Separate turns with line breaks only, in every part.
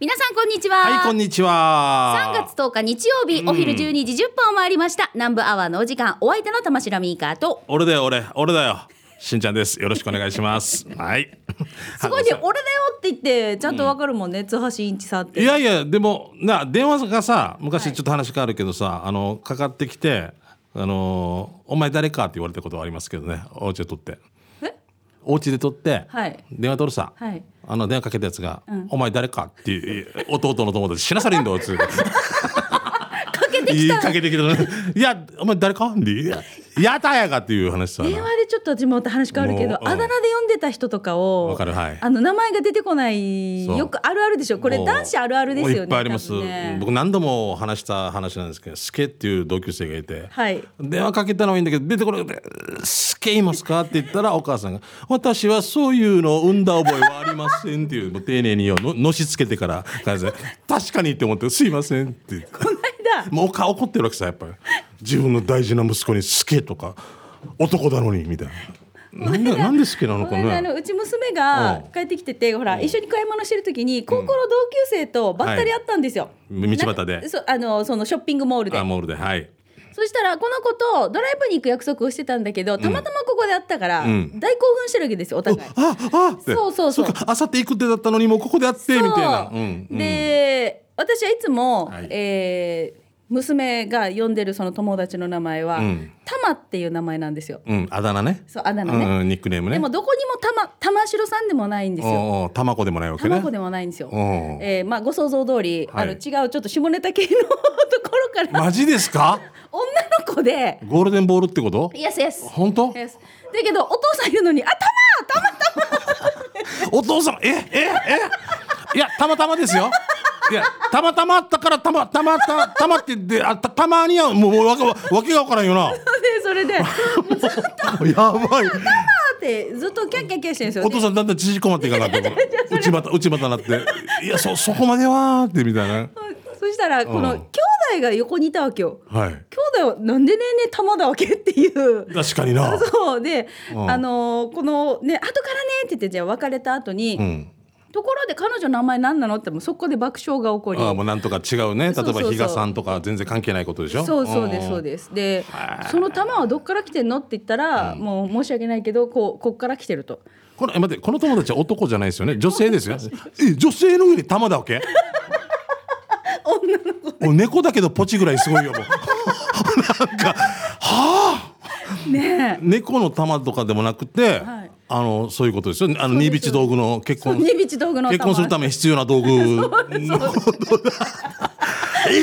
皆さんこんにちは。
はい、こんにちは。
3月10日日曜日、お昼12時10分を回りました南部アワーのお時間お相手の玉城ミーカーと
俺だよ、俺、俺だよ。しんちゃんです。よろしくお願いし ます。はい。
す ごいね「俺だよ」って言ってちゃんとわかるもんね、津橋インチさんって
いやいや、でも、な、電話がさ、昔ちょっと話変わるけどさ、あの、かかってきて。あのーお前誰かって言われたことはありますけどね、お家で取って。お家で取って、
はい
電話取るさ、
はい
あの電話かけたやつが、お前誰かっていう弟の友達死なされんだ よつって
かけて
言
き
い
た
かけてきたのにいやお前誰かっていややだやがっていう話さ
電話でちょっと私も話変わるけ
も
ど
ううん
あだ名で呼んでた人とかを
わかるはい
あの名前が出てこない
そう
よくあるあるでしょこれ
もう
男子あるあるですよね
もういっぱいあります、
多分ね
僕何度も話した話なんですけどスケっていう同級生がいて、
はい
電話かけたのはいいんだけど出てこなくて「スケいますか?」って言ったらお母さんが「私はそういうのを産んだ覚えはありません」っていうもう丁寧によののしつけてから感じで「確かに」って思って「すいません」って言って
この間
もうお母怒ってるわけさやっぱり自分の大事な息子に「スケとか「男だのに」みたい な。なんでなんで好きなの
こ
か
の間あの
ね。
うち娘
う
が
ん
帰ってきててほら一緒に買い物してる時に高校の同級生とばったり会ったんですよ、
道端で
なそうあのそのショッピングモールで
アモールではい。
そしたらこの子とドライブに行く約束をしてたんだけどたまたまここで会ったから
ん
大興奮してるわけですよお互い。
ああって
そうそうそう
っかあさって行くってだったのにもうここで会ってみたいな、
そう
うんうん
で私はいつも、
はい
えー娘が呼んでるその友達の名前は、
うん
たまっていう名前なんですよ。
うん、あだ名ね
そうあだ名ね
うんうん、ニックネームね
でもどこにもたま玉城さんでもないんですよ。
おうおうたまこでもないわけね
卵でもないんですよ。
おう
えーまあご想像通り、あ
はい
の違うちょっと下ネタ系の ところから
マジですか
女の子で、
ゴールデンボールってこと
イエスイエス。
本当
イエスだけどお父さん言うのにあたまたま
お父さんえええいやたまたまですよいやたまたまあったからたまたまたたまって言ってあたたまにはもうもうわけわわけがわからんよな
でそれで。
やばい
ってずっとキャッキャッキャッしてるんですよ、
お
ね。
父さんだんだん縮こまっていか なくて内股内股になっていやそそこまではーってみたいな
そしたらこの
うん
兄弟が横にいたわけよ。
はい
兄弟はなんでねえねえ玉だわけっていう。
確かにな
そうで、
うん
あのーこのね後からねって言ってじゃあ別れた後に、
うん
ところで彼女の名前何なのってもうそこで爆笑が起こり。
ああもうなんとか違うね例
そう
え
そうそう
ば比嘉さんとか全然関係ないことでしょ
そうそうですそう
で
ですでその玉はどっから来てんのって言ったら、もう申し訳ないけどこうこっから来てると
すこのえ待ってこの友達は男じゃないですよね女性ですよえ女性の上に玉だわけ
女の子
もう猫だけどポチぐらいすごいよもう なんかはあ
ね
猫の玉とかでもなく
は
て、
い
あのそういうことですよあの
うです
ニビチ道具の結
え
婚
ニビチ道具の
結婚するために必要な道具の ことだえ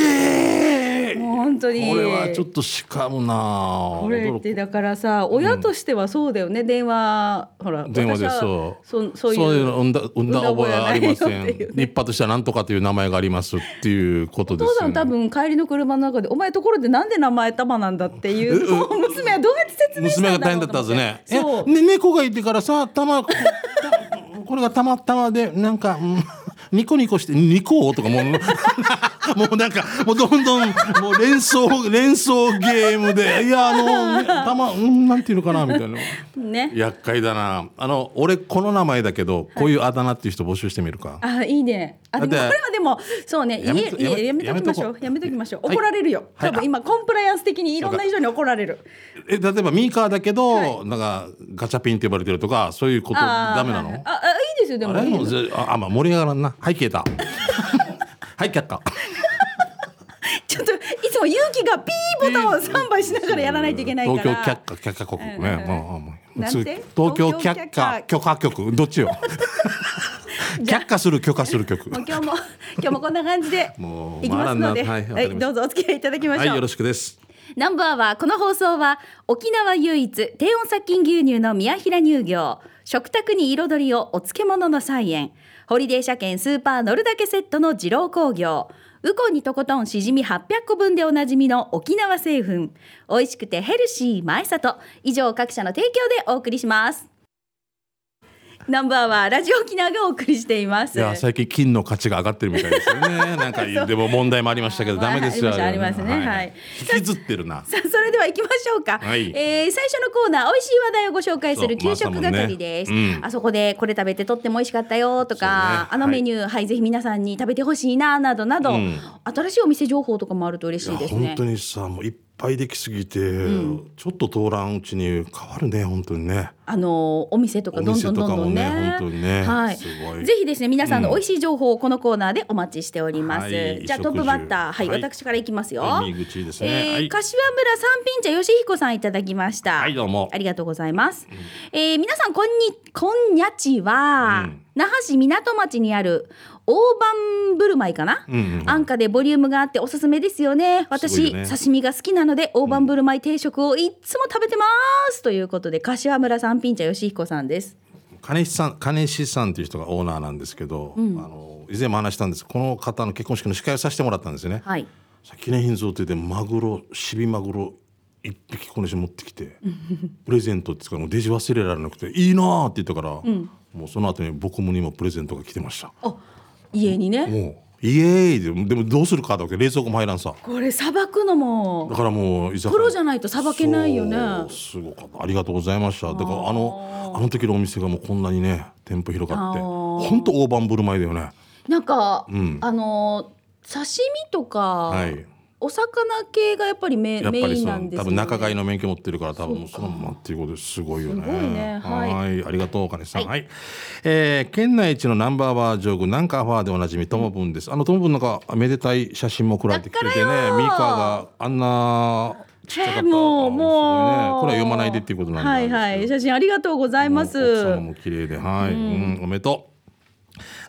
え
もう本当に
これはちょっとしかもな
これ
驚
っ
く
てだからさ親としてはそうだよね、電話ほら
電話で
私は
そう
そそういう
そういうの産んだ産ん
産
だ
んだ
覚
覚
え
え
は
は
あ
な
り
いよ
ま
って
せ、
いうんね
立派としては何とかという名前がありますっていうことで
お父
す
さ
よ
ん多
ね
分帰りの車の中で「お前ところでなんで名前玉なんだ」っていうのを 娘はどうやって説明したんだ
娘
ろ
が
うと
大変
思っ
だったはずね
て
え
そう
ね猫がいてからさたまたこれがたまたまでなんか、うん ニコニコして「ニコー」とかもう もうなんかもうどんどんもう連想連想ゲームでいやあのねたま、うん、なんていうのかなみ たいな
ね
厄介だなあの俺この名前だけどこういうあだ名っていう人募集してみるか。
あいいねあでもこ
だ
れ
って
はでもそうね
や
や
め
め
と
やめ
や
ときま
めとこ
し
う
ょうやめときましょう
はい
怒られるよ、
はい
多分今コンプライアンス的にいろんな人に怒られる
え例えばミーカーだけど、
は
なんかガチャピンって呼ばれてるとかそういうこと
あー
ダメなの、
はいああいいですよでも
あれ
いい
も
で
う
す
ぜああまあ盛り上がらんなはい消え たはい却下
ちょっといつも勇気がピーボタンを3倍しながらやらないといけないから
東京却下却下国ね、
うんうんうん
もうもう
なん
次
て
東京
東京却
却
下
下許可局どっちよ
じゃあ
却下する許可する局
もう今日も今日もこんな感じで
もう
いきますので、
回らんなはいわか
は
りま
い、
した
どうぞお付き合いいただきまし
はい
ょ
よ
う
ろ。しくです
ナンバーはこの放送は沖縄唯一低温殺菌牛乳の宮平乳業食卓に彩りをお漬物の菜園ホリデー車検スーパー乗るだけセットの二郎工業ウコンにとことんしじみ800個分でおなじみの沖縄製粉美味しくてヘルシー前里以上各社の提供でお送りしますナンバーはラジオ沖縄がお送りしています
いや最近金の価値が上がってるみたいですよねな んかでも問題もありましたけど
まあ
ダメですよ
ありましたあ
れ
りますねはい
引きずってるな
さあそれでは行きましょうか、
はい
えー最初のコーナー美味しい話題をご紹介する給
そう
食
まあ
係です、
朝もねうん
あそこでこれ食べてとっても美味しかったよとか、
そうね
あのメニューはい、ぜひ皆さんに食べてほしいななどなど、
うん
新しいお店情報とかもあると嬉しいです
いや
ね
本当にさもういっぱいできすぎて、ちょっと通らんうちに変わるね本当にね
あのお店とかどんどんどんどんね
お店とかもね本当にね
はい
すごい
ぜひですね皆さんの美味しい情報をこのコーナーでお待ちしております、
はい
じゃあ
衣食住
トップバッターはい、
はい
私からいきますよ、
右口ですね、
えー
はい
柏村三品茶よしひこさんいただきました。
はいどうも
ありがとうございます。えー皆さんこんにこんにゃちは、
うん
那覇市港町にある大盤振る舞いかな。
うんうん
安価でボリュームがあっておすすめですよね。
すご
私
いよね
刺身が好きなので大盤振る舞い定食をいっつも食べてますということで柏村三品茶よしひこさんです。
金石さん金石さんっていう人がオーナーなんですけど、あの以前も話したんですこの方の結婚式の司会をさせてもらったんですよね、
はい。
さ記念品贈呈でマグロシビマグロ一匹この人持ってきてプレゼントっていうかもうデジ忘れられなくて「いいな」って言ったから、もうその後に僕もにもプレゼントが来てました
あ家にね。
もうイエーイででもどうするかだけ冷蔵庫も入らんさ
これさばくの
だ
も
からもう居酒屋
プロじゃないとさばけないよね
そうすごかったありがとうございましただからあのあの時のお店がもうこんなにね店舗広がって
あー
ほんと大盤振る舞いだよね
なんか、
うん
あの刺身とか。
はい
お魚系がやっぱりメ
やっぱ
メ
り
イン
そ
なん
の
ですよ
多
ね
分仲買いの免許持ってるから多分もう
そ
そう
か
のままっていうことですごいよね。
すごいねはい
ありがとう金さん。
はい
はい、えー県内一のナンバーワー上宮ナンカーファーでおなじみトモブンです。あのトモブンなんかめでたい写真も送られてきててね、ミ
だからよ
ーカーがあんなちっちゃかった。
えーもう
あすごいね
もう
これは読まないでっていうことなん
はい
ですけど。
はい写真ありがとうございます
もう奥様も綺麗で、はい、うんおめでとう。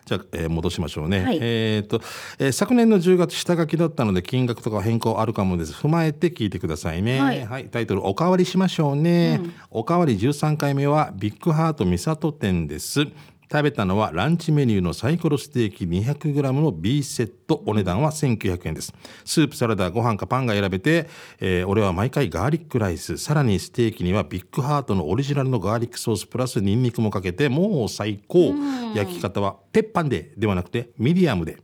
じゃあ、えー戻しましょうね。
はい
えっ、と、えー昨年の10月下書きだったので金額とか変更あるかもです。踏まえて聞いてくださいね。
は
はいい、タイトルおかわりしましょうね。おかわり13回目はビッグハート三郷店です。食べたのはランチメニューのサイコロステーキ 200g の B セットお値段は1900円ですスープサラダご飯かパンが選べて、えー俺は毎回ガーリックライスさらにステーキにはビッグハートのオリジナルのガーリックソースプラスニンニクもかけてもう最高焼き方は鉄板でではなくてミディアムで、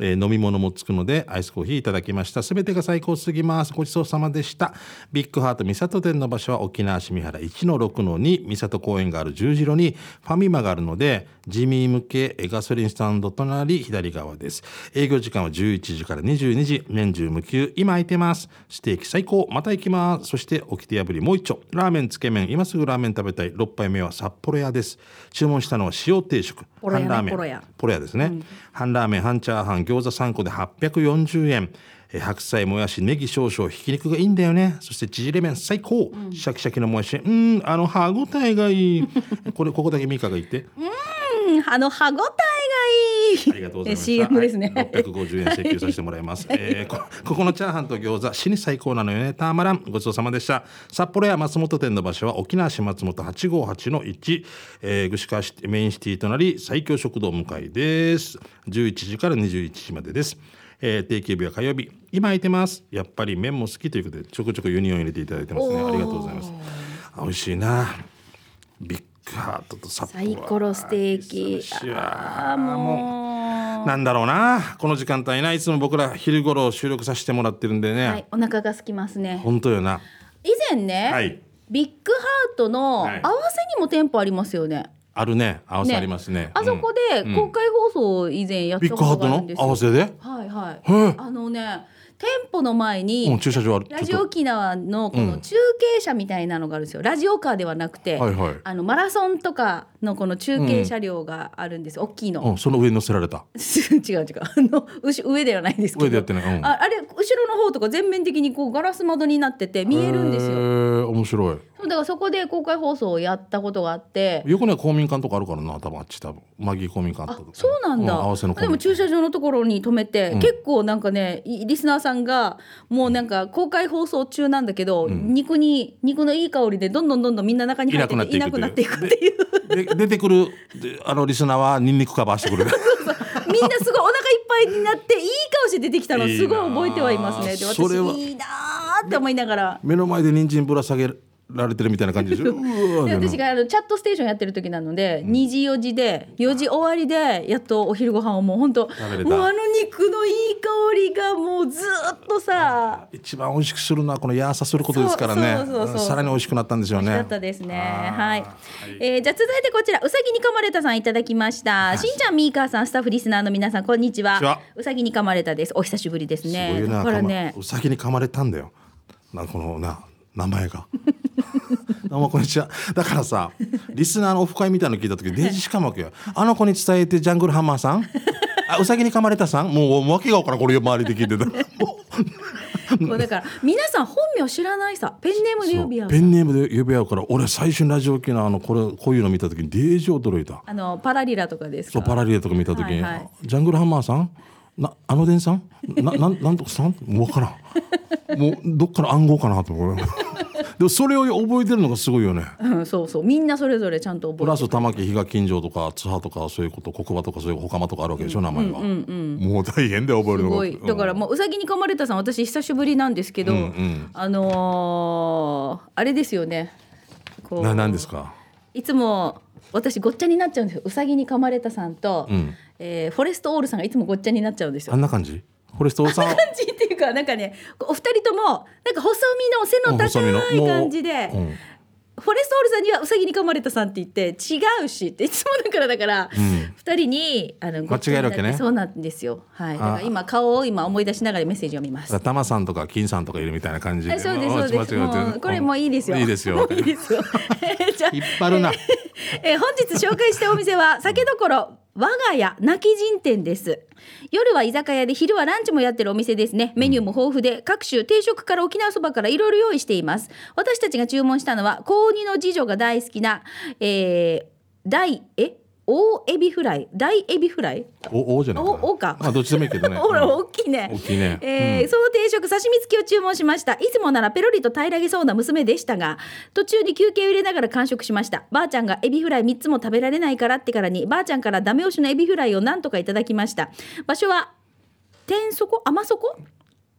えー飲み物もつくのでアイスコーヒーいただきましたすべてが最高すぎますごちそうさまでしたビッグハート三郷店の場所は沖縄市三原1の6の2三郷公園がある十字路にファミマがあるのでジミー向けガソリンスタンド隣左側です営業時間は11時から22時年中無休今空いてますステーキ最高また行きますそして起きて破りもう一丁ラーメンつけ麺今すぐラーメン食べたい6杯目は札幌屋です注文したのは塩定食
ポロ屋ね
半ラーメン
ポロ屋
ポロヤですね、半ラーメン半チャーハン餃子3個で840円えー白菜もやしネギ少々ひき肉がいいんだよねそして縮れ麺最高、シャキシャキのもやしうんあの歯ごたえがいいこれここだけミカが言って
うんあの歯ごたえがいい
ありがとうございます。
え CM ですね、
はい650円請求させてもらいます。えーこここのチャーハンと餃子、死に最高なのよね。たまらん。ごちそうさまでした。札幌や松本店の場所は沖縄市松本858の1、えー、串川市メインシティとなり、最強食堂向かいです。11時から21時までです。えー定休日は火曜日。今空いてます。やっぱり麺も好きということで、ちょくちょくユニオン入れていただいてますね。ありがとうございます。あ美味しいな。ビッグハートと札
サ
幌
イ
は。
コロステーキ
久々や
あも
なんだろうなこの時間帯ないつも僕ら昼頃収録させてもらってるんでね、
うはいお腹が空きますね
本当よな
以前ね、
はい
ビッグハートの合わ
は
せ
い
にも店舗ありますよね、
あるね合わせありますね
あそこで
うん
公開放送を以前や
う
っ
んビ
た
ッ
こ
グハ
と
ート
がある
の
んですよ、
合わせで、
はいはい
へえ
あのね店舗の前
う
に
ん、駐車場ある
ラジオ
ち
沖縄のこの中継車みたいなのがあるんですよ、ラジオカーではなくて、
ょっとはいはい、
あのマラソンとかのこの中継車両があるんです、大きいの、
うん、その上に乗せられた
違う違うあのうし上ではないんですけど
上でやってない、うん、
ああれ後ろの方とか全面的にこうガラス窓になってて見えるんですよ
よ面白い
そうだからそこで公開放送をやったことがあって
横には公民館とかあるからな多分あっち多分マギー公民館あったとか
そうなんだ、
合わせの公
で
民
も
館
駐車場のところに止めて、
うん
結構なんかねいリスナーさんがもうなんか公開放送中なんだけど、
ん
肉に肉のいい香りでどんどんどんどんみんな中に入っててい
い
な
な
く
く
な
な
っ
ってて
い
い
くっていう
で出てくるであのリスナーはニンニクカバーしてく れる
みんなすごいお腹いっぱいになっていい顔して出てきたの
いいな
すごい覚えてはいますねで
それは
私いいなーって思いながら
目の前で人参ぶら下げられてるみたいな感じでし ょうわ
で
ー
私があのチャットステーションやってる時なので、2時4時で4時終わりでやっとお昼ご飯をもう本当も
食べれた
うあの肉のいい香りがもうずっとさ
一番美味しくするのはこの優さすることですからね
そうそうそうそう
さらに美味しくなったんですよね
だったですね
あー
はい、えーじゃあ続いてこちらうさぎに噛まれたさんいただきましたしんちゃんみーかーさんスタッフリスナーの皆さんこんにちは
こんにちは
うさぎに噛まれたですお久しぶりですね
すごいな
だからね
かまうさぎに噛まれたんだよなこのな名前が どうもこんにちはだからさリスナーのオフ会みたいなの聞いた 時デイジしかまくよあの子に伝えてジャングルハンマーさんあうさぎに噛まれたさんもう訳が分からんこれ周りで 聞いてたもう
こうだから皆さん本名知らないさペンネームで呼び合う
ペンネームで呼び合うから俺最初にラジオ機のあのこれこういうの見た時にデイジ驚いた
あのパラリラとかですか
そうパラリレとか見た時に、
はいはい
ジャングルハンマーさんなあの電さんななんなんとかさんもう分からんもうどっから暗号かなと思うでもそれを覚えてるのがすごいよね
うん、そうそうみんなそれぞれちゃんと覚え
プ
て
ラス玉木比嘉金城とか津波とかそういうこと黒馬とかそういう袴とかあるわけでしょ名前が、もう大変で覚える
す
のが
ごいだからもううさぎに噛まれたさん私久しぶりなんですけど、
うんうん
あのーあれですよねこ
うん
う
ななんですか
いつも私ごっちゃになっちゃうんですようさぎに噛まれたさんと、
うん
えーフォレストオールさんがいつもごっちゃになっちゃうんです
あ
よ。
んな感じフォレストさんは
感じっていうかなんかねこうお二人ともなんか細身の背の高い感じで、
うん
フォレストオールさんにはうさぎに噛まれたさんって言って違うしっていつもだからだから、二
ん
人にあの
間違えるわ
ごっちゃに
けね
なってそうなんですよはいだか
あ
ら今顔を今思い出しながらメッセージを見ます
だから玉さんとか金さんとかいるみたいな感じ
あそうですそうです
間違えてる
もうこれもういいですよ
いいで す
も
よ
ういいですよじゃあ
引っ張るな
えー本日紹介したお店は酒どころ我が家泣き人店です夜は居酒屋で昼はランチもやってるお店ですねメニューも豊富で各種定食から沖縄そばからいろいろ用意しています私たちが注文したのは高2の次女が大好きなえー大え大エビフライ大エビフライ
お、おじゃないな
おおか
まあ、どっちでもいいけど ね。
ほら
うん
大きいね
大きいね。
えーその定食刺身付きを注文しましたいつもならペロリと平らげそうな娘でしたが途中に休憩を入れながら完食しましたばあちゃんがエビフライ3つも食べられないからってからにばあちゃんからダメ押しのエビフライをなんとかいただきました場所は天底甘底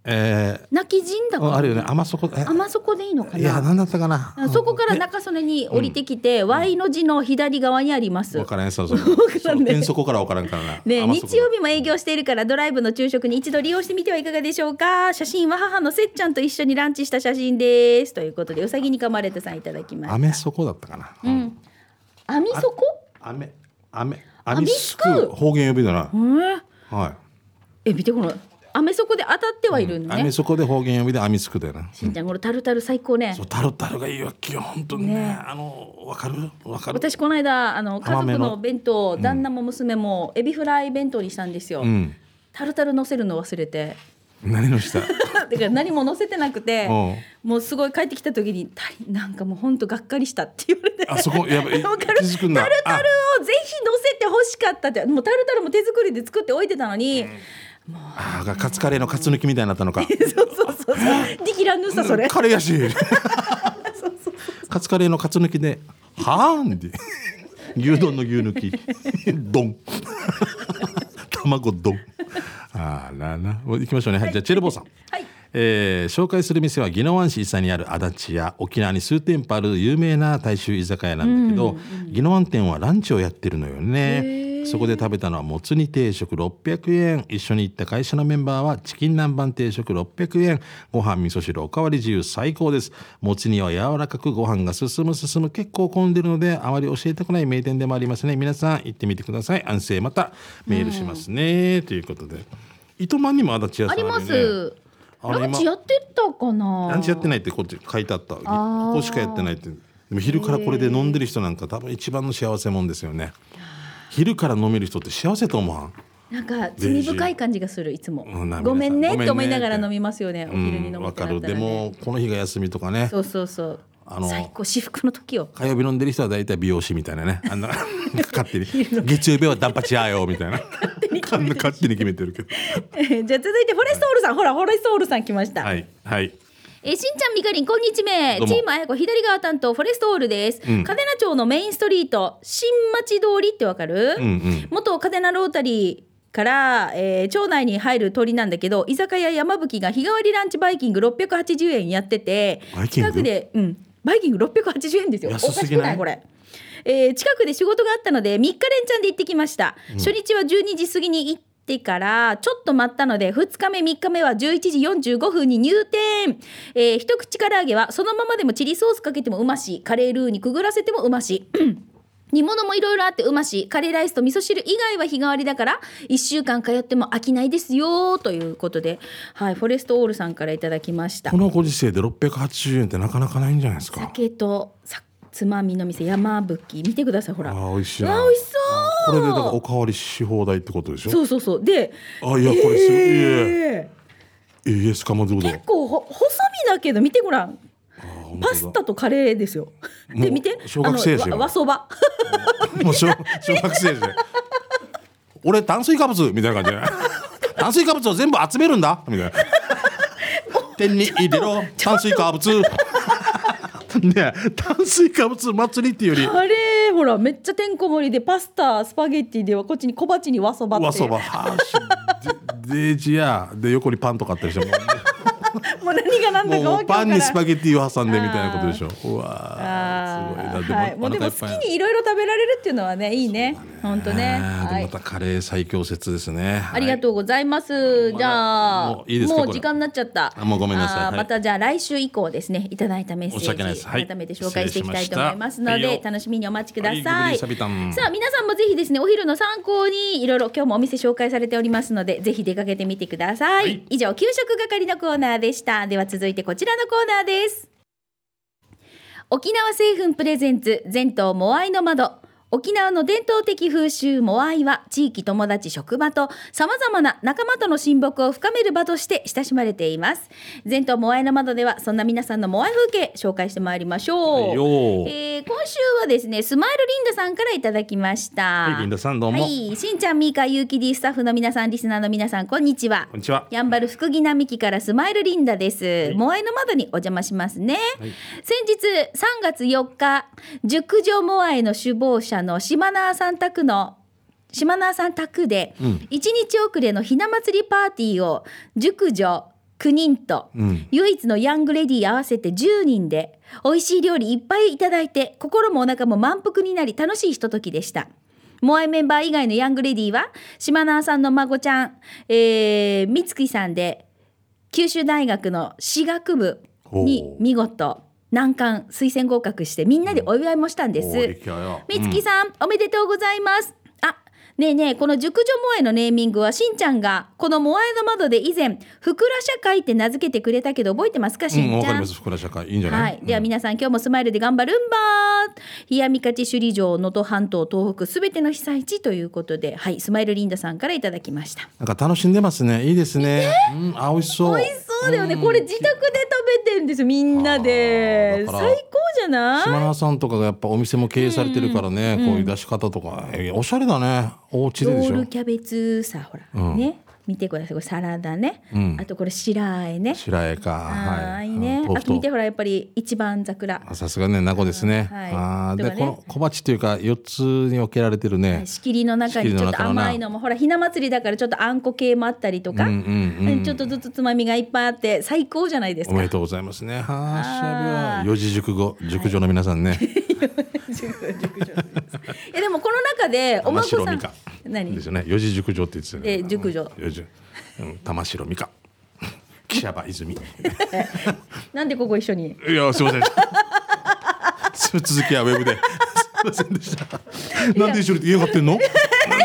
え
泣き陣だ
ー、あ
か
るよね。甘そこ。え
甘底でいいのか
いや、
な
なんだったかな。
そこから中曽根に降りてきて、Y の字の左側にあります
わからん、そうそう。
からんね
その辺そこからわからんからな。
ね、
甘そこ
日曜日も営業しているからドライブの昼食に一度利用してみてはいかがでしょうか写真は母のせっちゃんと一緒にランチした写真ですということでうさぎに噛まれたさんいただきま
ア
し
メそこだったかな。
たうん網底
アメ、アメ、ア
アミスク
方言呼びだな
え。ー
は
え見てこの網底で当たってはいる
い。
の
ア
ね、
メそこで方言呼びでアミスクだよな。
しんちゃんこのタルタル最高ね
そう、タルタルがいいわけよ。本当にね。
ね
あの、わかる。わかる。
私この間あの家
甘め
族
の
の弁当旦那も娘もエビフライ弁当にしたんですよ、
うん。
タルタル乗せるの忘れて
何の下。
だから何も乗せてなくて
う
もうすごい帰ってきた時にた「なんかもうほんとがっかりした」って言われて
あそこ、やば い。
わかる
気づくんだ。
タルタルをぜひ乗せてほしかったってもうタルタルも手作りで作っておいてたのに、
ああがカツカレーのカツ抜きみたいになったのか。
そうそうそうそうできらんの さそれ、
カレーやし。カツカレーのカツ抜きで、はーんで。牛丼の牛 抜き。丼。卵丼。あらな。行きましょうね。はい、じゃあ、チェルボーさん。
はい、
えー紹介する店は宜野湾市伊佐にある足立屋沖縄に数店舗ある有名な大衆居酒屋なんだけど、宜野湾店はランチをやってるのよねそこで食べたのはもつ煮定食600円一緒に行った会社のメンバーはチキン南蛮定食600円ご飯味噌汁おかわり自由最高ですもつ煮は柔らかくご飯が進む進む結構混んでるのであまり教えたくない名店でもありますね皆さん行ってみてください安静またメールしますね、ということで糸満にも足立屋
あ
さんある
り
よ
ま
ね
す
あれ
ランチやってたかな
ランチやってないってこっち書いてあったこ
ー
こしかやってないってでも昼からこれで飲んでる人なんか多分一番の幸せもんですよね昼から飲める人って幸せと思わん
なんか罪深い感じがするいつも、
うんな
ごめんね
ごめんね
って思いながら飲みますよねお
う
昼に飲
ん
む
わ
ってな
か
ったら、ね
るでもこの日が休みとかね
そうそうそう
あの
最高至福の時よ
火曜日飲んでる人は大体美容師みたいなねあんな勝手に月曜日はダンパチやよみたいな勝手に決めてるけど
えーじゃあ続いてフォレストオールさん、ほらフォレストオールさん来ました、
はいはい
えーしんちゃんみかりんこんにちめ
どうも
チームあやこ左側担当フォレストオールです、
うん
嘉手納町のメインストリート新町通りってわかる、
うんうん
元嘉手納ロータリーから、えー町内に入る通りなんだけど居酒屋山吹が日替わりランチバイキング680円やってて
バイキング
近くで、うん、バイキング680円ですよ
安すぎ
おかし
ない
くこれえー近くで仕事があったので3日連チャンで行ってきました、初日は12時過ぎに行ってからちょっと待ったので2日目3日目は11時45分に入店、えー一口唐揚げはそのままでもチリソースかけてもうましカレールーにくぐらせてもうまし煮物もいろいろあってうましカレーライスと味噌汁以外は日替わりだから1週間通っても飽きないですよということで、はい、フォレストオールさんからいただきました
このご時世で680円ってなかなかないんじゃないですか
酒とさつまみの店山吹見てくださいほら
あ
あ
ー美味しい
美
な
味し
こ
そう
れでだからおかわりし放題ってことでしょ
そうそうそうで
あいやこれすごい、え
え
えイエスかまどう
ー
だ
結構ほ細身だけど見てごらん
あー本当だ
パスタとカレーですよ
も
で
う
見て
小学生ですよ
あのわ和そば
もう小小学生で俺炭水化物みたいな 感じで炭水化物を全部集めるんだみたいな天に入れろ炭水化物ねえ炭水化物祭りっていうより
カレーほらめっちゃてんこ盛りでパスタスパゲッティではこっちに小鉢に和そばって
わそばはーしでデージやで横にパンとかあったりしても
もう何が何だ
う
か
も
わ
う
けわから
パン
ん
にスパゲッティを挟んでみたいなことでしょう
あ
わー
ー
すごいな
はい、もうでも
お腹いっぱい
好きにいろいろ食べられるっていうのはねいいね本当ね
あー
は
で
い
またカレー最強説ですね
ありがとうございます。じゃあ、
もういいですか
もう
これ
時間になっちゃった。
あもうごめんなさい
あー
はい
またじゃあ来週以降ですね、いただいたメッセ
申し訳ない
ー
で
ジ、
すはい
改めて紹介していきたいと思います
失
の
礼しま
で、
した
楽しみにお待ちくだ
は
さ
いグリー
い。
ン
さ
サビタン
あ皆さんもぜひですね、お昼の参考にいろいろ今日もお店紹介されておりますので、ぜひ出かけてみてください。
はい
以上給食係のコーナーでした。では続いてこちらのコーナーです。沖縄製粉プレゼンツ全島モアイの窓沖縄の伝統的風習モアイは地域友達職場とさまざまな仲間との親睦を深める場として親しまれています全島モアイの窓ではそんな皆さんのモアイ風景紹介してまいりましょ、
はいうよー
えー今週はですねスマイルリンダさんからいただきました
はいリンダさんどうも
はいしんちゃんみーかゆうき D スタッフの皆さんリスナーの皆さんこんにちは
こんにちは
やんばる福木並木からスマイルリンダです。モアイの窓にお邪魔しますね。先日3月4日、熟女モアイの首謀者の島縄さん宅の島縄さん宅で、
うん
一日遅れのひな祭りパーティーを熟女9人と、
うん
唯一のヤングレディー合わせて10人で美味しい料理いっぱいいただいて心もお腹も満腹になり楽しいひとときでしたモアイメンバー以外のヤングレディーは島縄さんの孫ちゃん、えー、美月さんで九州大学の私学部に見事難関推薦合格してみんなでお祝いもしたんです、
おー力也よ
美月さん、おめでとうございますあねえねえこの熟女モアイのネーミングはしんちゃんがこのモアイの窓で以前ふくら社会って名付けてくれたけど覚えてますかし
うんん、わ
ち
かり
ゃん、
ます。福田社会いいんじゃない。
はい、では皆さん、今日もスマイルで頑張るんばー冷やみかち首里城能登半島東北すべての被災地ということで、はい、スマイルリンダさんからいただきました
なんか楽しんでますね。いいですね。うん、あ、美味しそう。
美味しそうだよね、これ自宅で食べてんですよみんなで
あーだ
最
か
高
ら
じゃない
島田さんとかがやっぱお店も経営されてるからね、こういう出し方とか、えおしゃれだね。お家
ロ
ででし
ー
ょ
ル。キャベツさほら、
うん
ね見てくださいこれサラダね、
うん
あとこれ白あえね
白江か。
あ
は
ー
い。
いいね、
うん
あと見て
豆腐
ほらやっぱり一番桜
と。さすがね、名護ですね。
はい
ああ、で、
とかね
この小鉢というか、四つに分けられてるね。
仕切りの中にちょっと甘いのもほらひな祭りだからちょっとあんこ系もあったりとか、
うんうんうん
ちょっとずつつまみがいっぱいあって最高じゃないです
お
か
めでとうございますね。はあ、し
あ
ゃ
ー
べは。四字熟語、熟女の皆さん
い
ね。
やでもこの中でお
玉
孫さ
城美
ん
香。
何
ですよね。四字熟女って言ってたよね。
え熟女
うん四字うん、玉城 美香。記者場泉。
なんでここ一緒に
いや、すみません。 す続きはウェブで。すみませんでした。なんで一緒に言い張ってんの。なん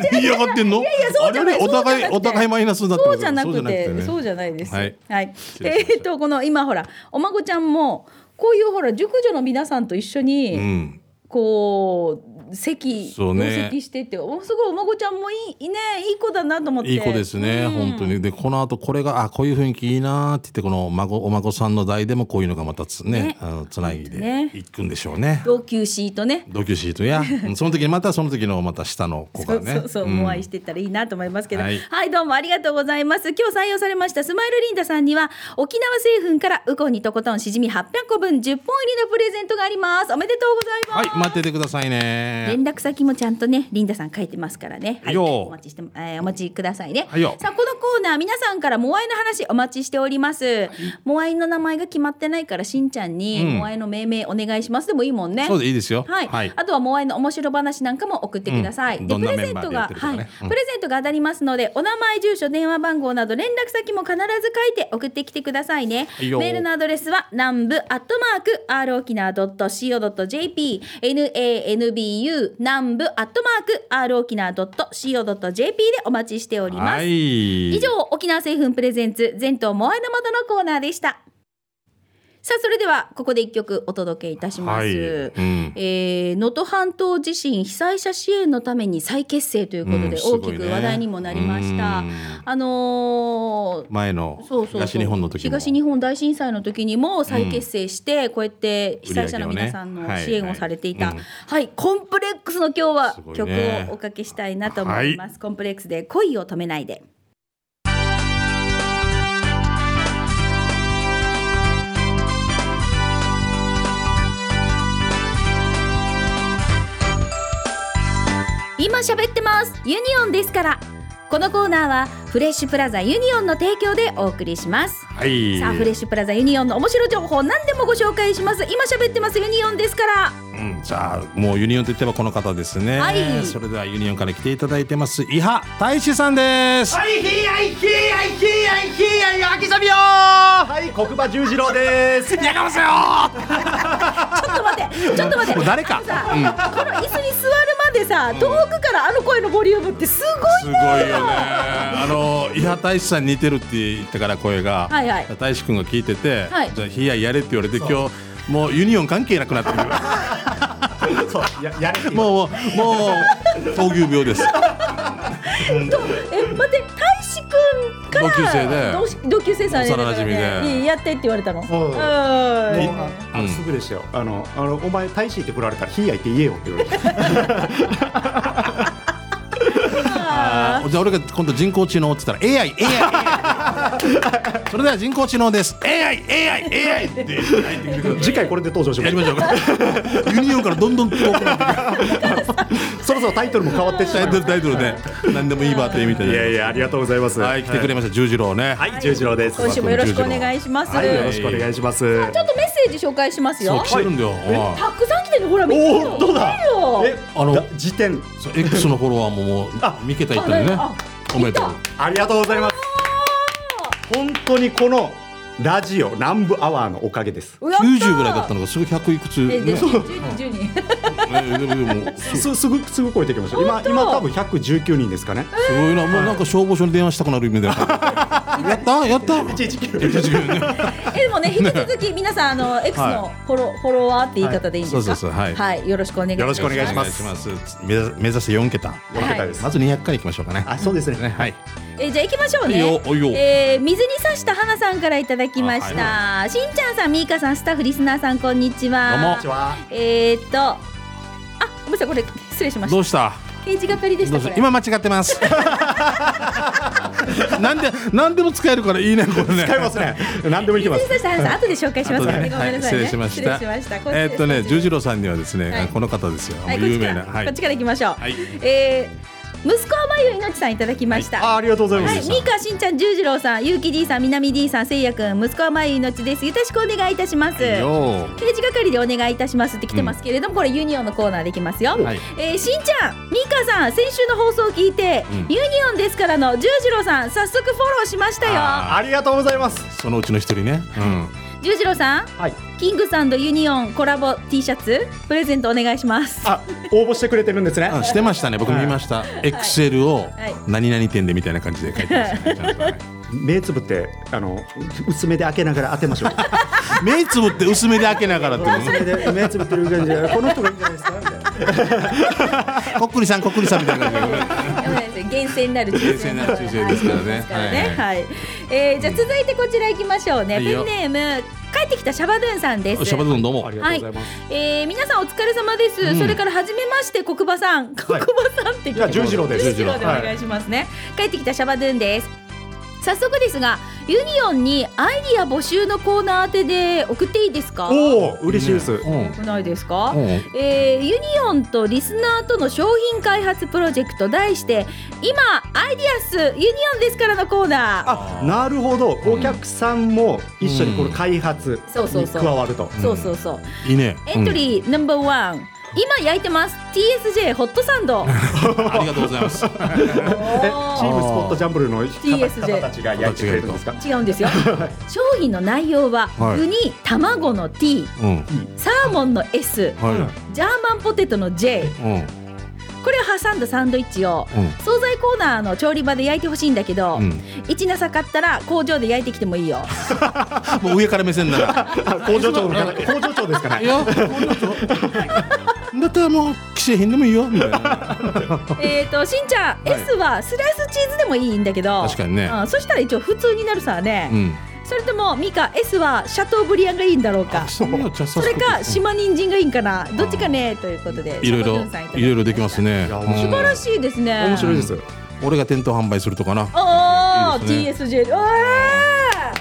で言い張ってんの。いやい
やそうじゃない
お互い、
そうじゃなくて
お互いマイナスだってこ
そう
と
じゃなくてそうじゃないです
はい失
え
礼しました
ーっとこの今ほらお孫ちゃんもこういうほら熟女の皆さんと一緒に、
うん。
こう席
そ
同
うね
席してっておすごいお孫ちゃんもいいいいねいい子だなと思って
いい子ですね、本当にでこの後これがあこういう雰囲気いいなーって言ってこの孫お孫さんの代でもこういうのがまたつね
ね
あのつないで
ね
いくんでしょうね
同級シートね
同級シートやうんその時にまたその時のまた下の子
そ
が
う
ね
そうそう、
ん
お会いしてったらいいなと思いますけどは、
はいい
どうもありがとうございます今日採用されましたスマイルリンダさんには沖縄製粉からウコンにとことんしじみ800個分10本入りのプレゼントがありますおめでとうございます、
はい待っててくださいね
連
ね。
絡先もちゃんとねリンダさん書いてますからね、はい、
よー
お待ちして、えーお待ちくださいね、
はいよ
さあこのコーナー皆さんからモアイの話お待ちしております、モアイの名前が決まってないからしんちゃんに、
うん
モアイの命名お願いしますでもいいもんね
そうでいいですよ。
はい、
はい。
あとはモアイの面白話なんかも送ってください。
うん
で
どん
プ
な
レゼン
メ
ト
ンバーでや
が、
ってると
は
かね
い、
うん
プレゼントが当たりますので、お名前、住所、電話番号など連絡先も必ず書いて送ってきてくださいね。
いいよ
メールのアドレスは南部アットマーク r 沖縄ドット co ドット jp n a n b u 南部アットマーク r 沖縄ドット co ドット jp でお待ちしております。
はい。
以上沖縄製粉プレゼンツ全島モアイの窓のコーナーでしたさあそれではここで一曲お届けいたします、
はいうん
えー能登半島地震被災者支援のために再結成ということで
うんす
大
ご
き
いね
く話題にもなりました、
うん
あのー
前の
そうそうそう
東日本の時も
東日本大震災の時にも再結成して、こうやって被災者の皆さん
売り上げを
の
ね
支援をされていた、は
はいい
コンプレックスの今日は
すごい
曲
ね
をおかけしたいなと思いますコンプレックスで恋を止めないで今喋ってますユニオンですからこのコーナーはフレッシュプラザユニオンの提供でお送りします
はい
さあフレッシュプラザユニオンの面白情報何でもご紹介します今喋ってますユニオンですから
うんじゃあもうユニオンといえばこの方ですね、
はい
それではユニオンから来ていただいてます伊波大志さんです、
はいひいはいひいはいひいはいひいはいあきさみよはい黒馬十次郎です
やかませよ
ちょっと待ってちょっと待って
もう誰か
さ、この椅子に座るまでさ遠くからあの声のボリュームってす
す
ご
ご
い
いよねあの伊波大志さん似てるって言ったから声が、
はいはい
大志くんが聞いてて、
はい
じゃあヒややれって言われて今日もうユニオン関係なくなってる
そうややれても
もうもう闘牛病です
とえ待って大志くんから
同級生で
同し同級生さんだから
幼馴染で
いいやってって言われたのう
うん
ー
う
ん
ああ
うん
のすぐでしたよあのあのお前大使って来られたらひいはいって言えよって言われて
あ
じゃあ俺が今度人工知能って言ったら AI AI それでは人工知能です AI AI AI って入ってきてくださ
次回これで登場し
いやり
ま
ましょうかユニオンからどんどん遠くなって
すそろそろタイトルも変わってき
タイトルタイトルで何でもいいバーテーみたい
い
な
やいやありがとうございます
はい来てくれました十次郎ね
はい十次郎です
今週もよろしくお願いします、
はいよろしくお願いします
ちょっとメッセージ紹介します
そう
よ
来てるんだよおい
たくさん来てるほら見てよ
おおどうだ
見てよ
え
あ
あ
の
の辞典
そう X のフォロワーももう
あ
三桁いったんね
あ
おめでとう
いっ
ありがとうございます本当にこのラジオ南部アワーのおかげです
うわ
九十ぐらいだったのがすぐ百いくつ
え
ね
で
ね
10人10人
でもでもすす
すすぐすぐ超えてきました今今多分119人ですかね
ごいなもうなんか消防署に電話したくなるみたいなやったやった
119
えでもね引き続き皆さんあの X のフォローフォロワーって言い方でいいんですか。
はいそうそうそうはい
よろしくお願いします。
よろしくお願いします
お願いします目指目指して4桁
四桁です
まず200回いきましょうかね
あそうです
ね
ね
はい
えーじゃあ行きましょうね。
いいよいいよ
えー水に刺した花さんからいただきました。
あ
しんちゃんさん、みーかさん、スタッフリスナーさんこんにちは。
どうもこんにち
は
えーっとあごめんなさいこれ失礼しまし
ど
た。
うした
刑事係でし
ど
た
うし
こ
た
れ。
今間違ってますなんでなんでも使えるからいいねこれね
使いますね何でもいけま
水
す
に刺した花さん後で紹介しますからね。ご
は
めん
い
なさい
失
ね。
礼しまし
失
た
礼しました
えーっとね十次郎さんにはですね、
はい
この方ですよ、
はい
も
こ
う
っち
有
か
名
ら
なはい
こっちから行きましょう。
はい
えー息子はまゆいのちさんいただきました。
あありがとうございま
は
す
い、ミカしんちゃん、十次郎さん、ゆうき D さん、みなみ D さん、せいやくん、息子はまゆいのちです。よろしくお願いいたします。
はい
刑
よ
事係でお願いいたしますって来てますけれども、これユニオンのコーナーできますよ。
はい
えーしんちゃん、ミカさん、先週の放送を聞いて、
うん
ユニオンですからの十次郎さん、早速フォローしましたよ。
ありがとうございます
そのうちの一人ね、うん、
十次郎さん、
はい
キングさんとユニオンコラボ T シャツプレゼントお願いします。
あ応募してくれてるんですね
あしてましたね僕見ました、XL を
はい
何々店でみたいな感じで書いてました ねちゃんとね
目つぶってあの薄めで開けながら当てましょう
目つぶって薄めで開けながらっていう
薄めで目つぶってる感じでこの人がいいんじゃないですかみたいな
こっくりさんこっくりさんみたいな感じで
やばいですね厳選なる抽選
厳選なる抽選ですからね
ですからねはい、えーじゃあ続いてこちら行きましょうね、
いい
ペ
よ
ンネーム帰ってきたシャバドゥンさんです
シャバドゥンどうも
あり
が
が
と
と
う
う
ご
ご
ざ
ざいます、
えー皆さんお疲れ様です、
うん
それから初めまして黒馬さん黒
はい
馬さんって聞い
じゃあ十次郎で
十
す
次郎でお
はい
願いしますね、帰ってきたシャバドゥンです早速ですがユニオンにアイディア募集のコーナー宛てで送っていいですか
おお嬉しいです、
ねうん
少ないですか、
うん
えーユニオンとリスナーとの商品開発プロジェクト題して今アイディアスユニオンですからのコーナー
あなるほどお客さんも一緒にこの開発
そうそう
に
そう
加わると、
そうそうそう
いいね。
エントリーナンバーワン今焼いてます TSJ ホットサン ド
うんありがとうございます。
えチームスポットジャンブルの
TSJ
方たちがやってくれるんですか
違うんですよ商品の内容は、
はい
具に卵の T
うん、
サーモンの S
は
ジャーマンポテトの J
い、うん、
これを挟んだサンドイッチを
うん
惣菜コーナーの調理場で焼いてほしいんだけど、
うん、
一なさかったら工場で焼いてきてもいい よ
もう上から目線なら。
工場 長の方工場長ですか
い
ね
や、こんなとだったらもう、既製品でもいいよみたいな。
えっとしんちゃん、
はい
S はスライスチーズでもいいんだけど
確かにね。
うん、そしたら一応普通になるさね、
うん、
それともミカ S はシャトーブリアンがいいんだろうか
あそんな茶さ
そ
す
れ
こと
か島人参がいいんかなどっちかねということで
いろいろ
佐藤潤さんただきまし、た
いろいろできますね。
いや面
素
白
晴らしいですね
面白いです、
うん俺が店頭販売するとかな。
おお、
いい
TSJ おー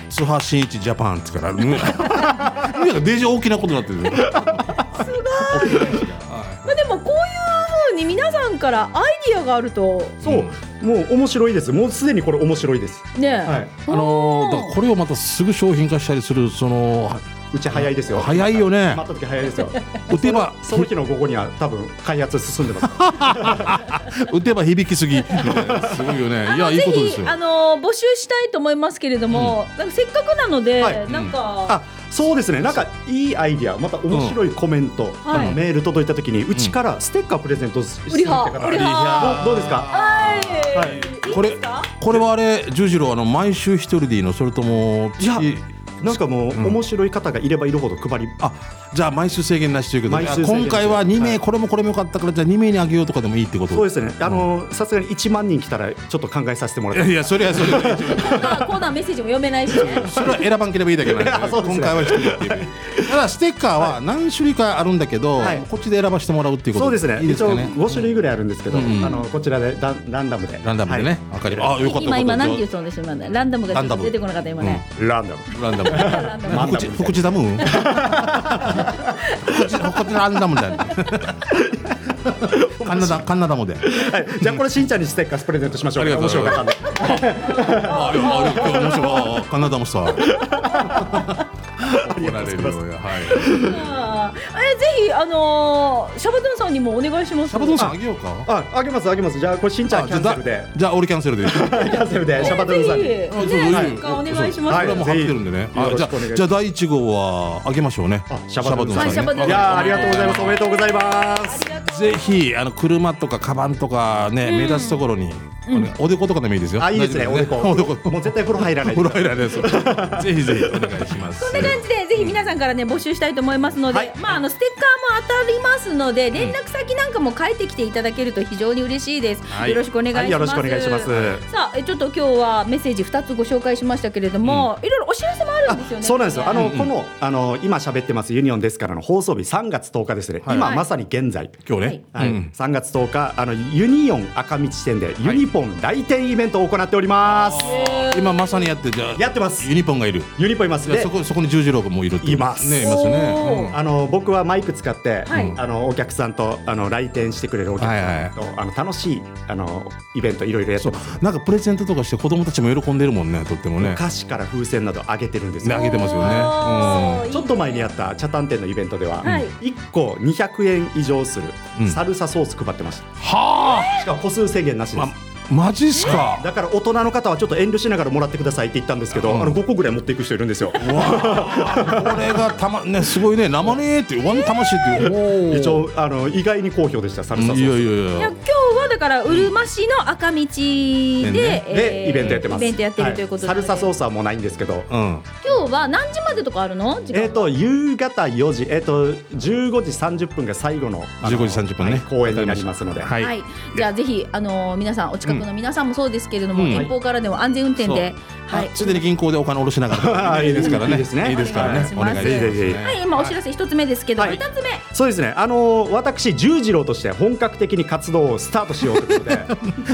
津波新一ジャパンっつうから。うん なんかデージ大きなことになってる。
まあでもこういう風に皆さんからアイディアがあると
そうもう面白いですもうすでにこれ面白いです
ね、
はい
あのーだからこれをまたすぐ商品化したりするその
うち早いですよ
早いよね
待った時早いですよ
打てば
その日の午後には多分開発進ん でます
打てば 響きすぎみたいなすごいよねいやいい
ぜ
ことです
ひ
よ
あのー募集したいと思いますけれども、なんかせっかくなので、
はい
なん
あ
か、
そうですねなんかいいアイディアまた面白いコメント、あ
は
の
い
メール届いた時にうちからステッカープレゼントすす
売
るって
りは
方
売り
ど
は
うどうですか
はい、
はい
いいです
これ
か
これはあれ十次郎あの毎週一人でいいのそれとも
いや
月
なんかもう、
うん
面白い方がいればいるほど配り
あじゃあ毎週制限なしということで
毎週制限なし
今回は2名、
はい
これもこれもよかったからじゃあ2名にあげようとかでもいいってこと
そうですねあのさすがに1万人来たらちょっと考えさせてもらっ
いや
て
いやそれはそれは
なんかコーナーメッセージも読めないし ね
それは選ばんければいいだけなんで
あそうですね
今回は一人って いうただステッカーは何種類かあるんだけど、
はい
こっちで選ばせてもらうっていうこ
そ
と
うですね
いいです
一
か
応
ね
5種類ぐらいあるんですけど、
うん
あのこちらでランランダムで
ランダムでね、わかりますあよかったよか
今
った
今何て言ったんでしょう今ねランダム
ラ
が
ン
ち
ダ
ょっ
ム
と出てこなかった今ね、
はいランダム
ランダム。
ランダム
ま
福地福地ダム？福地福地ランダムだよ ね。カンナダカンナダムで。
はい、じゃあこれしんちゃんにステッカープレゼントしましょう
ありがとう
面
ござい
白
ま
か
す
ったんで
あいやあいや面白いあ。カンナダムさ。怒られるよはい。
あーえぜひあのーシャバドゥンさんにもお願いします
サバトンさんあげようか。
ああげますあげますじゃあこれしんちゃんキャンセルで
じゃあ俺キャンセルで。
キャンセルでシャバドゥンさんに
ぜ
あそう
ひ
そう
ね、
は
な
い
んかお願いします。
は
こ
い
れも貼ってるんでね。
はい
あじゃ
よろしくお願い
あ
します
じゃあ第一号はあげましょうね
あ。シャバドゥンさん
シャバド
はいシャバドゥンさ
ゥン
ん
ね
いやーありがとうございますおめでとうございます
ありがとう
ぜひあの車とかカバンとかね、目立つところに、おでことかでもいいですよ。
あいいですねお
大
で
丈
こ
夫おでこ。
もう絶対風呂入らない
お風呂入らないです。 ぜひぜひお願いします。
こんな感じでぜひ皆さんからね募集したいと思いますので、
はい
まああのステッカーも当たりますので連絡先なんかも書いてきていただけると非常に嬉しいです、
はい
よろしくお願いします、
はいよろしくお願いします
さあえちょっと今日はメッセージ二つご紹介しましたけれども、いろいろお知らせもあるんですよね
そうなんですよ。あの、
うん
この、あの、今喋ってますユニオンですからの放送日3月10日ですね。
はい
今まさに現在。
今日ね。
はい、
うん
3月10日、あの、ユニオン赤道店で、ユニポン来店イベントを行っております。
今まさにやってじゃあ
やってます
ユニポンがいる。
ユニポンいます。
じゃあ
で
そ、こそこに十字路もいるってこと。
います
ねいますね。
おー
あの、僕はマイク使って、
はい
あの、お客さんと、あの、来店してくれるお客さんと、あの、楽しい、あの、イベントいろいろやってます。
なんかプレゼントとかして子供たちも喜んでるもんね。とってもね。
歌詞から風船など上げてるんです
ね
よ
あ。げてますよね
おー
ちょっと前にやった茶炭店のイベントでは、
はい
1個200円以上する
うん
サルサソース配ってました、
は
しかも個数制限なしです、
あ。あマジっすか。
だから大人の方はちょっと遠慮しながらもらってくださいって言ったんですけど、
うん
あの5個ぐらい持っていく人いるんですよ。
これがたまねすごいね生ねーってワン魂っていう。おー
一応あの意外に好評でした、サル
い
サソ
や
ー
い
ス。
や
いや
いや
今。日はだからうるま市の赤道で、
ね
で、
えー
イベントやってます。
イベントやってるということで、
はサルサソースはもうないんですけど、
うん。
今日は何時までとかあるの？時間は
えっ、と夕方4時、えっ、と15時30分が最後のあの
15時30分ね
はい公演になりますので、
はい。
はい、じゃあぜひあのー皆さんお近くの皆さんもそうですけれども、
うん
遠方からでも安全運転で、
そ
はい
ついでに銀行でお金下ろしながら
あいいですからね
いいですね
いいです
からね
はいお願いします
お願
いします
はい、今お知らせ一つ目ですけど、
はい
二つ目。
そうですね、あのー私、十次郎として本格的に活動をスタートしようということ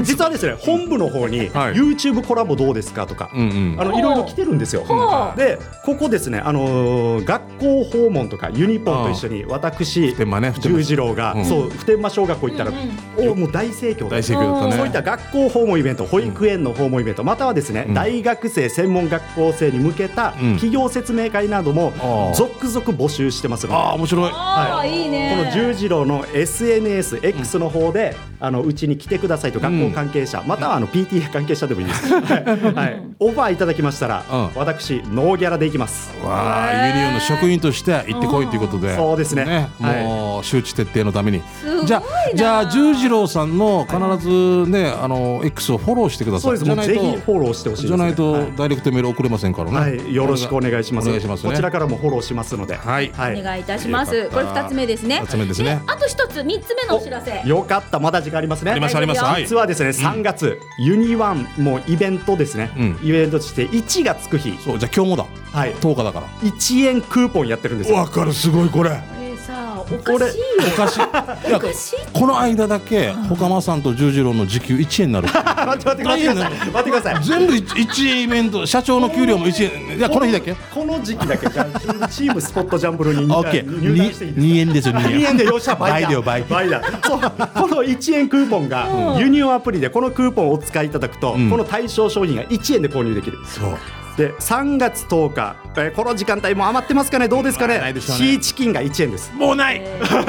で、実はですね、本部の方に、
はい
YouTube コラボどうですかとか、
うんうん
あのいろいろ来てるんですよ
ほ。う
で、ここですね、あのー学校訪問とか、ユニポンと一緒に、私、
天満ね普天間
十次郎が、
うん
そう、普天間小学校行ったら、
うん
おもう大盛況で
大盛況だったね
そういった学校訪問イベント、保育園の訪問イベント、またはですね、
うん
大学生、専門学校生に向けた
うん
企業説明会なども
あー
続々募集してますので、
ああ面白い
ああ、、
はい
い
こ
ね。
の十次郎の SNS、X の方で、あのうちに来てくださいと、学校関係者、またはあの PTA 関係者でもい いです。はいはい、オファーいただきましたら、
うん
私ノーギャラでいきます。
わあユニオンの職員として行ってこいということで、
んそうですねはい
もう周知徹底のために
すごいな
じゃあじゃあ十次郎さんの必ずね、あの X をフォローしてくださ
そう
い
です。
じ
も
ゃ
う
ない
ぜひフ
と
ォローしてほしいです、
じゃ
ね。
ないと、
はい
ダイレクトメール送れませんからね、
はい、よろしくお願いします。
お願いしますね
こちらからもフォローしますので。
はい
は
お願いいたし
よ
ます。
か
こ
った
れ二つ目ですね。
二つ目ですね
あと一つ、三つ目のお知らせ。
よかった、まだ時間ありますね。
ありますありますはい
実はですね、3月、ユニワンもイベントですね、
うん
イベントとして1がつく日、
そうじゃあ今日もだ
はい、
10日だか
1円クーポンやってるんです
ら
よ。
かるすごいこれ
これさあ、おかしいよ。
おかしいい
お
や
かしい。
この間だけ他間さんと十次郎の時給1円になる
待って待って待ってください。待ってください。
全部一一円イベント社長の給料も1円いやこの日だけ
この時期だけじゃあチームスポットジャンブルに
オッケ
入団していい
ー
ですか
2円ですよ2
2
円
円でよっしゃ倍だ
倍だよ倍
だそうこの1円クーポンが輸入アプリでこのクーポンをお使いいただくと、
ん
この対象商品が1円で購入できる
そう
で3月10日、えーこの時間帯もう余ってますかねどうですかね
ないでしょうね
シーチキンが1円です
もうない、
多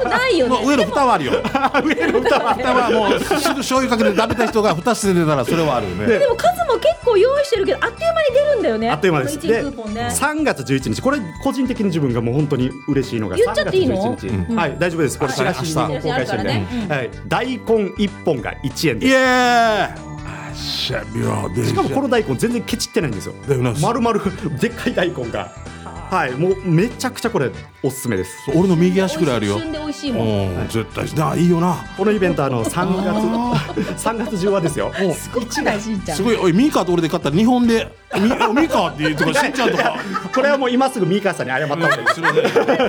分ないよ
もう
ね。
上の蓋はあるよ
上の歌は
蓋はもうすぐ醤油かけて食べた人が蓋捨ててたらそれはあるよね
でも数も結構用意してるけど、あっという間に出るんだよね。
あっという間です
こ
で
の一日クーポンね。
3月11日これ個人的に自分がもう本当に嬉しいのが
言っちゃっていいの
3月11日はい大丈夫ですこれ
はい
チラシに
明
日
公開してる
チラシある
んで
からね
はい大根1本が1円
イ
で
エ
す
ーイしゃびょで
しかもこの大根全然ケチってないんですよ
だよな
丸々でっかい大根がはいもうめちゃくちゃこれおすすめです
俺の右足くらいあるよ
一瞬で美味しいもん。
うん絶対ないいよな
このイベントあの3月 3月中はですよ
お
すごくないしんちゃん
す。ごいおいミーカーと俺で勝ったら日本でミミーカーって言うとかしんちゃんとか
これはもう今すぐミーカーさんに謝っ た方がいい
すいません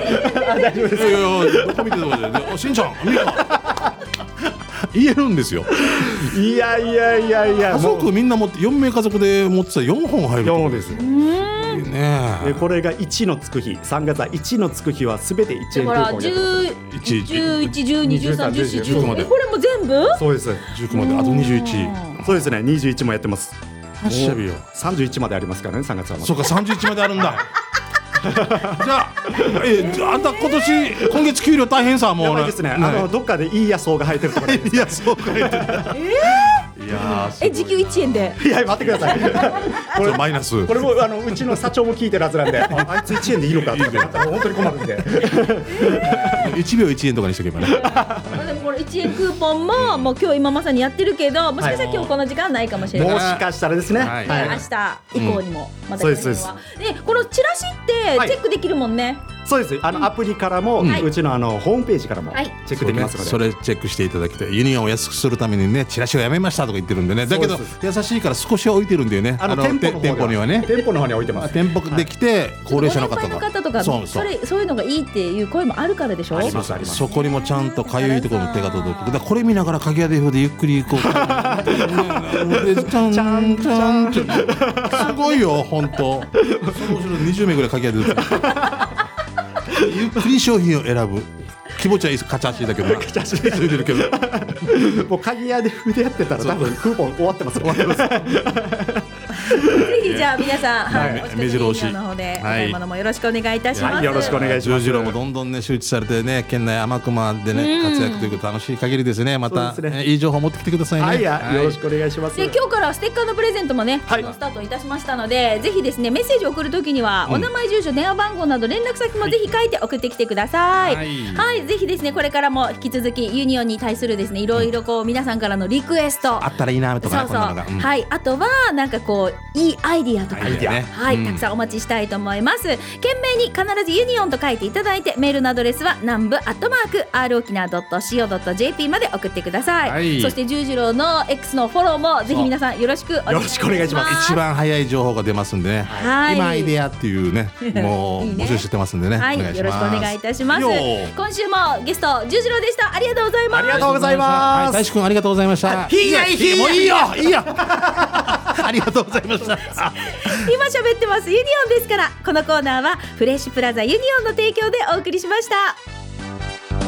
いやいやい
大丈夫で
やどこ見てるとかじゃないおしんちゃんミーカー言えるんですよ
すいやいやいやい
家
やもう
族みんな持って4名家族で持ってたら4本入るっ
4です
ていうね
でこれが1のつく日3月は1のつく日はすべて1円ク
だ
ー
か
ポン
ら
やって
十
一
十一十二十三十四十
19ま
五
で
えこれも全部？
そうです
19まであと21
そうですね21もやってます
発射日よ
31までありますからね3月はま
そうか31まであるんだ じゃあえじゃああんた今年今月給料大変さもう
やばいですね、あのどっかでいい野草が生えてるとかね
いやそうか言ってたいやーすごい
え時給一円で。
いや待ってくださいこ
じ
れ
ゃあマイナス
これもあのうちの社長も聞いてるはずなんでああいつ1円でいいのかってなったら本当に困るんで
1秒1円とかにしとけばね
まあでもこれ一円クーポンももう今日今まさにやってるけど、もしかしたら今日この時間はないかもしれない
も。しかしたらですね、
はい
明日以降にもまたやりましょう
そう
でこのチラシって
はい
チェックできるもんね。
そうですあの、アプリからも、
はいう
ちのあのホームページからも
はい
チェックできますので、
それチェックしていただきたいユニオンを安くするためにねチラシをやめましたとか言ってるんでねだけど
そうです
優しいから少しは置いてるんだよね
あの
て
店舗の
店舗
方
に
に
は
は
ね
ね店舗の方には置いてます
店舗で来て高齢者の方
ご年配
が
の方とか
そ
そう
そう
れそういうのがいいっていう声もあるからでしょ。
ありますあります
そこにもちゃんとかゆいところの手が届くだからこれ見ながら鍵屋で風でゆっくり行こうでちゃんちゃんちゃんってすごいよ本当その後ろ20名ぐらい鍵屋で出てくるゆっくり商品を選ぶ気持ちはいいですカチャシだけどなカチャシついてるけど
もう鍵屋で筆やってたら多分クーポン終わってます終わってます
ぜひじゃあ皆さん、
はい
はい、お近く
目白押し
の方でお
はい
買い物もよろしくお願いいたします。
はいよろしくお願いしま
十
す
次郎もどんどんね周知されてね県内天熊でね活躍ということ楽しい限りですねまた
そうですね
えいい情報持ってきてくださいね
はい、や、よろし
く
くお願いします。
で今日からステッカーのプレゼントもね、
はい
あのスタートいたしましたのでぜひですねメッセージを送るときには、お名前住所電話番号など連絡先もぜひ書いて送ってきてください
は
はいい、ぜひですねこれからも引き続きユニオンに対するですねいろいろこう皆さんからのリクエスト
あったらいいなと
そ
かね
う
こ
そ
ん
う、
なのがうん
はいあとはなんかこういいアイディアとか
アイデアね
はい、
うん
たくさんお待ちしたいと思います懸命に必ずユニオンと書いていただいてメールのアドレスは南部アットマーク r 沖縄 .co.jp まで送ってください、
はい
そして十次郎の X のフォローもぜひ皆さんよろしくお願いします
よろしくお願いします
一番早い情報が出ますんでね、
はい
今アイデアっていうねもう
いいね
募集してますんでね
はい、
お
よ
願いします
ろしくお願いいたします
よ
今週もゲスト十次郎でしたありがとうございます
ありがとうございます
はい大志くんありがとうございました
ひいやいひいや
もういいよいいよありがとうございました
今喋ってますユニオンですからこのコーナーはフレッシュプラザユニオンの提供でお送りしました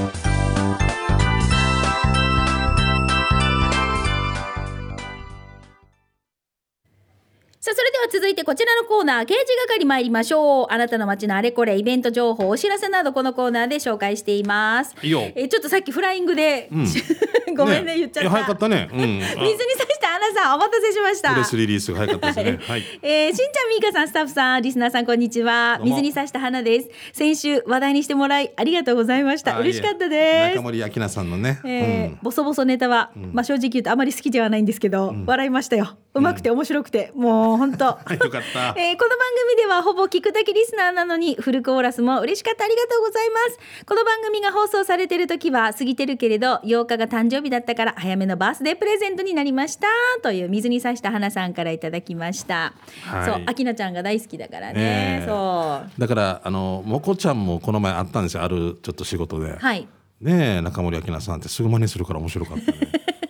さあそれでは続いてこちらのコーナー刑事係参りましょうあなたの街のあれこれイベント情報お知らせなどこのコーナーで紹介しています
いいよ
えーちょっとさっきフライングで、 ごめんね言っちゃった
いや早かったねうん
水にさしたアナさんお待たせしました
プレスリリースが早かったですねはい
えー、しんちゃんみーかさんスタッフさんリスナーさんこんにちは
どうも
水にさした花です先週話題にしてもらいありがとうございました
あ
嬉しかったで
中
す
森明菜さんのね、
えー
うん
ボソボソネタは、まあ正直言うとあまり好きではないんですけど、笑いましたようまくて面白くて、もう本 当
よかっ
え
た
ーこの番組ではほぼ聞くだけリスナーなのにフルコーラスも嬉しかったありがとうございますこの番組が放送されてる時は過ぎてるけれど8日が誕生日だったから早めのバースデープレゼントになりましたという水にさした花さんからいただきました、
はい
そう秋菜ちゃんが大好きだからね、
ええ
そう
だからあのもこちゃんもこの前あったんですよあるちょっと仕事で、
はい
ねえ中森明菜さんってすぐ真似するから面白 かったね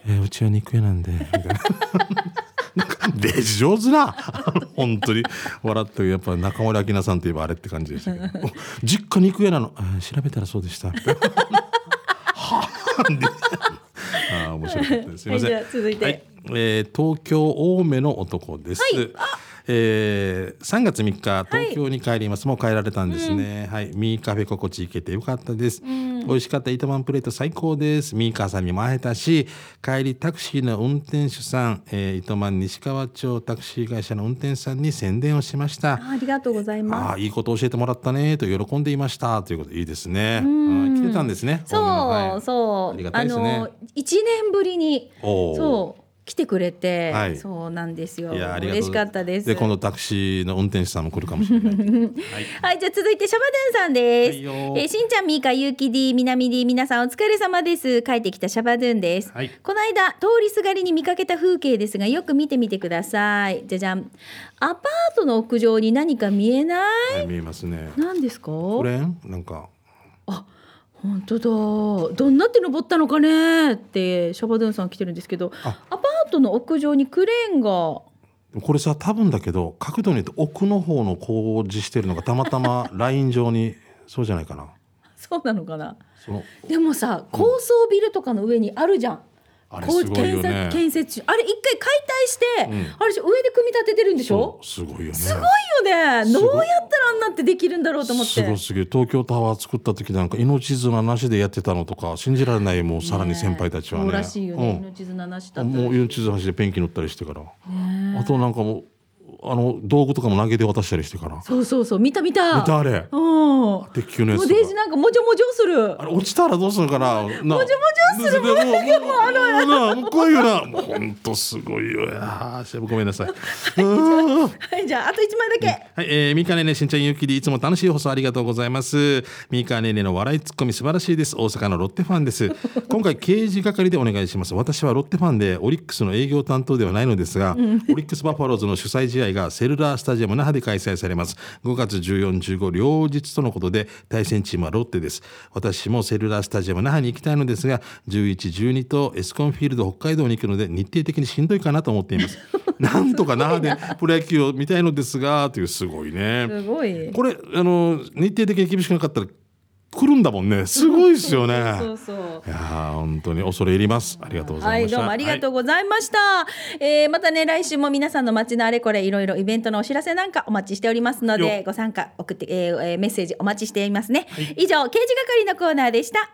えーうちは肉屋なんでみたいななんかデジ上手な本当に笑ってやっぱ中森明菜さんといえばあれって感じでしたけ ど実家肉屋なのあー調べたらそうでした はあであー面白かったですすいません
はいじゃあ続いて
はいえー東京青梅の男です、えー3月3日東京に帰ります、もう帰られたんですね、はいミーカフェ心地いけてよかったです、美味しかった糸満プレート最高ですミーカーさんにも会えたし帰りタクシーの運転手さん、えー、糸満西川町タクシー会社の運転手さんに宣伝をしました、
あありがとうございます
ああいいこと教えてもらったねと喜んでいましたということでいいですね。うん来てたんですね。
そう、
青梅の
そう
ありがたいですね
の一年ぶりに
おー
そう来てくれて、
はい
そうなんですよ
いやありがとう
嬉しかったです
で今度タクシーの運転手さんも来るかもしれない。はい
はい、じゃあ続いてシャバドゥンさんです。
はい
え
よ
ー、しんちゃん、みーか、ゆうき D、みなみ D、皆さんお疲れ様です。帰ってきたシャバドゥンです。
はい
この間、通りすがりに見かけた風景ですが、よく見てみてください。じゃじゃん。アパートの屋上に何か見えない
はい見えますね。
何ですか
これなんか
本当だ。どんなって登ったのかねって、シャバドゥンさん来てるんですけど、
あ
アパートの屋上にクレーンが、
これさ多分だけど角度によって奥の方の工事してるのがたまたまライン上にそうじゃないかな。
そうなのかな
その
でもさ、高層ビルとかの上にあるじゃん。
あれすごいよ
こう建
ね
設。建設中あれ一回解体して、
うん
あれでしょ上で組み立ててるんでし
そ
ょ
うすごいよね。
すごいよね
す
どう
ごい
やったらあんなってできるんだろうと思って
すごすぎる東京タワー作った時なんか命綱なしでやってたのとか信じられないもうさらに先輩たちはね
そうらしいよね、命綱なしだ
う
っ
ん、
たら
もう命綱なしでペンキ塗ったりしてから、あとなんかもうあの道具とかも投げて渡したりしてから
そうそうそう見た見た
見たあれ
うんも
鉄球のやつ
う
と
デイジ
か
なんかもじょもじょする
あれ落ちたらどうするかなもじょも
じょする
もうもうもうなもう怖いよなもうほんとすごいよなあーしゃぶごめんな さいうん
はいじゃああと一枚だけ、
はい、えー、みかねねしんちゃんゆうきりいつも楽しい放送ありがとうございますみかねねの笑いツッコミ素晴らしいです大阪のロッテファンです 今回刑事係でお願いします私はロッテファンでオリックスの営業担当ではないのですが、オリックスバファローズの主催試合がセルラースタジアム那覇で開催されます5月1415両日とのことで対戦チームはロッテです私もセルラースタジアム那覇に行きたいのですが1112とエスコンフィールド北海道に行くので日程的にしんどいかなと思ってい ますなんとか那覇でプロ野球を見たいのですがというすごい
す
ね
ごい
これあの日程的に厳しくなかったら来るんだもんねすごいですよね
そうそう
いやー本当に恐れ入りますありがとうござ
はいい、
まし
ど
た
うもありがとうございました。えーまたね、来週も皆さんの街のあれこれ、いろいろイベントのお知らせなんかお待ちしておりますので、
よ
ご参加送って、えーえーメッセージお待ちしていますね。以上、刑事係のコーナーでした。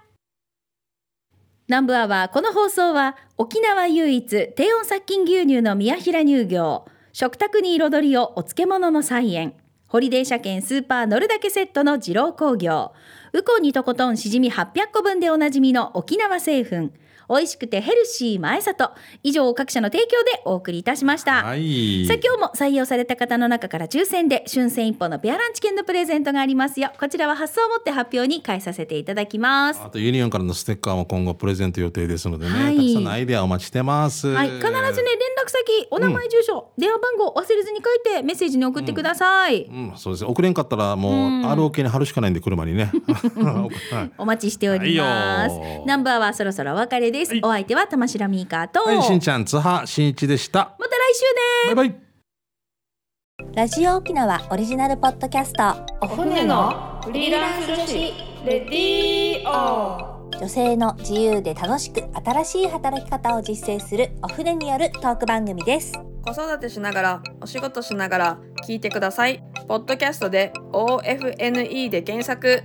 南部アワー、この放送は、沖縄唯一、低温殺菌牛乳の宮平乳業、食卓に彩りをお漬物の菜園、ホリデー車券スーパー乗るだけセットの二郎工業、ウコンにとことんしじみ800個分でおなじみの沖縄製粉、美味しくてヘルシー前里以上各社の提供でお送りいたしました、
はい。
さあ今日も採用された方の中から抽選で春戦一本のペアランチ券のプレゼントがありますよこちらは発送をもって発表に返させていただきます
あとユニオンからのステッカーも今後プレゼント予定ですのでね、
はい
たくさんのアイデアお待ちしてます。
はい、必ずね連絡先お名前住所、電話番号忘れずに書いてメッセージに送ってください、
うん、そうですね。送れんかったらもう、ROK に貼るしかないんで車にね。 はい
お待ちしております、
はいよ
ナンバーはそろそろお別れです、
はい
お相手は玉城ミーカーと、
はい、しん
また来
ちゃん、津波しんいちでした。
週です
バイバイ。
ラジオ沖縄オリジナルポッドキャスト
お骨のフリーランス女子レディオ
女性の自由で楽しく新しい働き方を実践するお船によるトーク番組です
子育てしながらお仕事しながら聞いてくださいポッドキャストで OFNE で検索